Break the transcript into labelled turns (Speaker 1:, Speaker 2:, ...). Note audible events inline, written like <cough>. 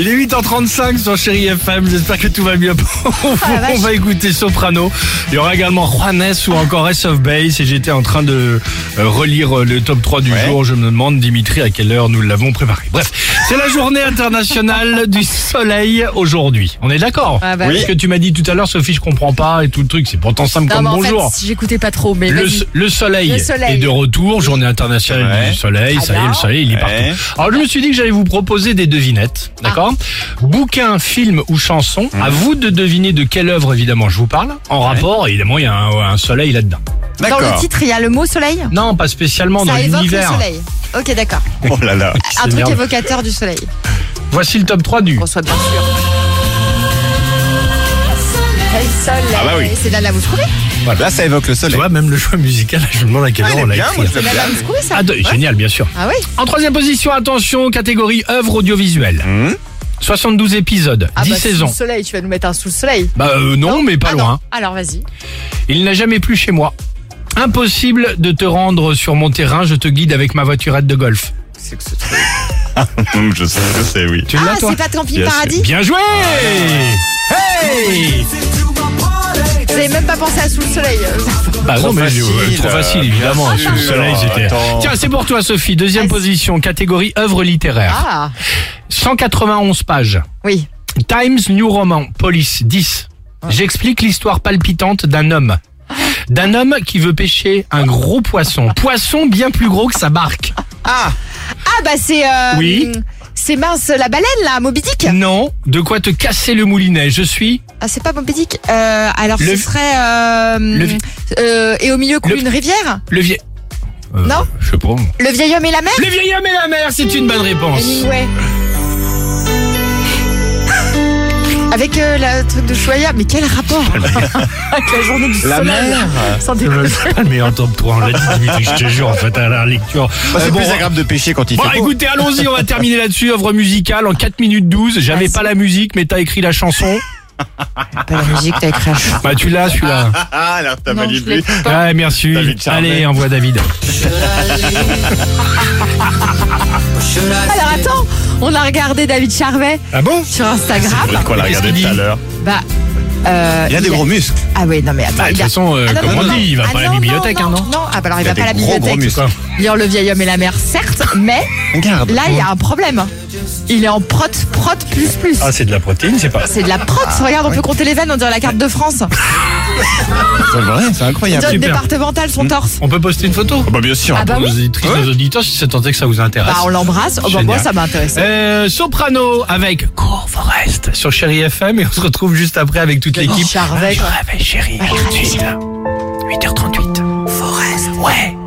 Speaker 1: Il est 8h35 sur Chéri FM, j'espère que tout va bien. On,
Speaker 2: Oh la vache.
Speaker 1: va écouter Soprano. Il y aura également Juanes ou encore S of Base. Et j'étais en train de euh, relire euh, le top 3 du jour. Je me demande, Dimitri, à quelle heure nous l'avons préparé. Bref, c'est la journée internationale <laughs> du soleil aujourd'hui. On est d'accord
Speaker 2: Ah bah
Speaker 1: Parce que tu m'as dit tout à l'heure, Sophie, je comprends pas et tout le truc. C'est pourtant simple
Speaker 2: Non,
Speaker 1: comme
Speaker 2: mais en
Speaker 1: bonjour.
Speaker 2: fait, j'écoutais pas trop, mais
Speaker 1: Le,
Speaker 2: vas-y.
Speaker 1: le soleil
Speaker 2: Eh ben, Le soleil.
Speaker 1: est de retour, journée internationale
Speaker 3: Ouais.
Speaker 1: du soleil, ça y est, le soleil, il est partout.
Speaker 3: Ouais.
Speaker 1: Alors je me suis dit que j'allais vous proposer des devinettes,
Speaker 2: Ah.
Speaker 1: d'accord Bouquin, film ou chanson,
Speaker 3: Mmh.
Speaker 1: à vous de deviner de quelle œuvre évidemment je vous parle, en rapport, évidemment il y a un, un soleil là-dedans.
Speaker 2: Dans le
Speaker 3: D'accord.
Speaker 2: titre, il y a le mot soleil
Speaker 1: Non, pas spécialement dans
Speaker 2: Ça évoque le
Speaker 1: l'univers.
Speaker 2: soleil. Ok, d'accord.
Speaker 3: Oh là là.
Speaker 2: Un truc
Speaker 1: merde.
Speaker 2: évocateur du soleil.
Speaker 1: Voici le top 3 du...
Speaker 2: François, bien sûr. Soleil, soleil.
Speaker 3: Ah bah oui.
Speaker 2: C'est là, là, vous trouvez
Speaker 3: Là, ça évoque le
Speaker 1: Tu
Speaker 3: soleil.
Speaker 1: vois, même le choix musical, <laughs> je me demande à quelle
Speaker 3: Ah,
Speaker 1: heure
Speaker 3: il
Speaker 1: on
Speaker 3: est
Speaker 1: l'a
Speaker 3: bien,
Speaker 1: écrit.
Speaker 3: moi, je
Speaker 2: C'est
Speaker 3: l'aime
Speaker 2: là, là,
Speaker 3: bien.
Speaker 2: vous trouvez ça
Speaker 1: Ah, de- Génial, bien sûr.
Speaker 2: Ah oui
Speaker 1: En troisième position, attention, catégorie œuvre audiovisuelle.
Speaker 3: Mmh.
Speaker 1: 72 épisodes,
Speaker 2: ah
Speaker 1: 10
Speaker 2: bah, sous
Speaker 1: saisons.
Speaker 2: le soleil, tu vas nous mettre un sous le soleil.
Speaker 1: Bah euh, non, mais pas
Speaker 2: Ah non.
Speaker 1: loin.
Speaker 2: Alors vas-y.
Speaker 1: Il n'a jamais plu chez moi. Impossible de te rendre sur mon terrain, je te guide avec ma voiturette de golf.
Speaker 3: Hum, Je sais, je sais, oui.
Speaker 1: Tu
Speaker 2: Ah,
Speaker 1: l'as toi
Speaker 2: c'est pas Camping
Speaker 3: Bien sûr.
Speaker 2: Paradis
Speaker 1: Bien joué
Speaker 3: Ah,
Speaker 1: Hey
Speaker 2: Vous avez même pas pensé à sous le soleil.
Speaker 1: Bah
Speaker 3: Trop
Speaker 1: non, mais
Speaker 3: facile.
Speaker 1: euh, trop facile évidemment,
Speaker 3: Bien
Speaker 1: sous le
Speaker 3: sûr.
Speaker 1: soleil c'était.
Speaker 3: Attends.
Speaker 1: Tiens, c'est pour toi Sophie, deuxième
Speaker 2: Vas-y.
Speaker 1: position, catégorie œuvre littéraire.
Speaker 2: Ah
Speaker 1: 191 pages.
Speaker 2: Oui.
Speaker 1: Times New Roman, police 10.
Speaker 2: Ah.
Speaker 1: J'explique l'histoire palpitante d'un homme. D'un homme qui veut pêcher un gros poisson. Poisson bien plus gros que sa barque.
Speaker 3: Ah
Speaker 2: Ah bah c'est... euh,
Speaker 1: Oui.
Speaker 2: C'est mince, la baleine là, Moby Dick
Speaker 1: Non, de quoi te casser le moulinet. Je suis
Speaker 2: Ah, c'est pas Moby Dick. Euh, alors,
Speaker 1: Le-
Speaker 2: ce serait. euh,
Speaker 1: Le-
Speaker 2: euh, et au milieu coule
Speaker 1: Le-
Speaker 2: une rivière
Speaker 1: le vieil. Euh,
Speaker 2: Non
Speaker 1: Je sais pas. moi.
Speaker 2: Le vieil homme et la mer
Speaker 1: Le vieil homme et la mer, c'est une bonne réponse.
Speaker 2: Hemingway. Avec euh, la truc de Choya, mais quel rapport Avec la journée du
Speaker 3: La
Speaker 2: soleil. <laughs>
Speaker 3: mer
Speaker 2: Sans
Speaker 1: C'est
Speaker 2: déconner.
Speaker 1: le c'est pas le meilleur top 3, on l'a dit Dimitri, je te jure, en fait, à la lecture.
Speaker 3: Bah,
Speaker 1: Euh,
Speaker 3: C'est
Speaker 1: bon,
Speaker 3: plus agréable de pêcher quand il
Speaker 1: Bon,
Speaker 3: fait beau.
Speaker 1: écoutez, allons-y, on va terminer là-dessus. Œuvre musicale en 4 minutes 12. J'avais
Speaker 2: Vas-y.
Speaker 1: pas la musique, mais t'as écrit la chanson. Ah,
Speaker 2: Pas la musique, t'as écrit.
Speaker 1: Bah, tu l'as, celui-là.
Speaker 3: Ah, alors t'as
Speaker 2: Non, je
Speaker 3: validé.
Speaker 2: l'ai pas.
Speaker 1: Ouais, merci.
Speaker 3: David Charvet.
Speaker 1: Allez, envoie David.
Speaker 2: Ah, Alors attends, on a regardé David Charvet
Speaker 1: Ah bon
Speaker 2: sur Instagram.
Speaker 3: Quoi la
Speaker 1: Qu'est-ce
Speaker 3: regarder
Speaker 1: qu'il
Speaker 3: tout à
Speaker 1: dit
Speaker 3: l'heure
Speaker 2: Bah. euh,
Speaker 3: Il a des gros muscles.
Speaker 2: Ah ouais, non mais attends.
Speaker 1: Bah, de
Speaker 2: il
Speaker 1: toute
Speaker 2: a-
Speaker 1: façon, euh,
Speaker 2: Ah, non,
Speaker 1: comme
Speaker 2: non,
Speaker 1: on
Speaker 2: non.
Speaker 1: dit, il va
Speaker 2: Ah,
Speaker 1: pas à
Speaker 2: non,
Speaker 1: la
Speaker 2: non,
Speaker 1: bibliothèque, hein, non
Speaker 2: Non, ah bah alors il,
Speaker 3: Il
Speaker 2: va
Speaker 3: a
Speaker 2: pas à la
Speaker 3: des gros, gros
Speaker 2: bibliothèque.
Speaker 3: muscles.
Speaker 2: Lire Le vieil homme et la mer, certes, mais
Speaker 3: Regarde.
Speaker 2: là il y a un problème. Il est en prot, prot plus plus.
Speaker 1: Ah, c'est de la protéine, c'est pas.
Speaker 2: C'est de la prot.
Speaker 1: Ah,
Speaker 2: Regarde, on peut compter les vannes, on dirait la carte de France.
Speaker 3: C'est vrai, c'est
Speaker 2: On
Speaker 3: incroyable.
Speaker 2: dirait le
Speaker 1: super. Hmm.
Speaker 2: départemental, son torse.
Speaker 1: On peut poster une photo
Speaker 3: Ah bah bien sûr.
Speaker 2: Ah bah
Speaker 1: Pour
Speaker 2: oui.
Speaker 1: nos auditrices,
Speaker 3: Ouais.
Speaker 1: nos auditeurs, si ça tentait que ça vous intéresse.
Speaker 2: Bah on l'embrasse. Oh, bah, moi
Speaker 1: Génial.
Speaker 2: ça m'intéresse.
Speaker 1: Euh, soprano avec Cours Forest sur Chéri FM et on se retrouve juste après avec toute l'équipe.
Speaker 2: Charvet, Ah,
Speaker 1: Je réveille Chéri tout de suite. 8h38. Forest. Ouais.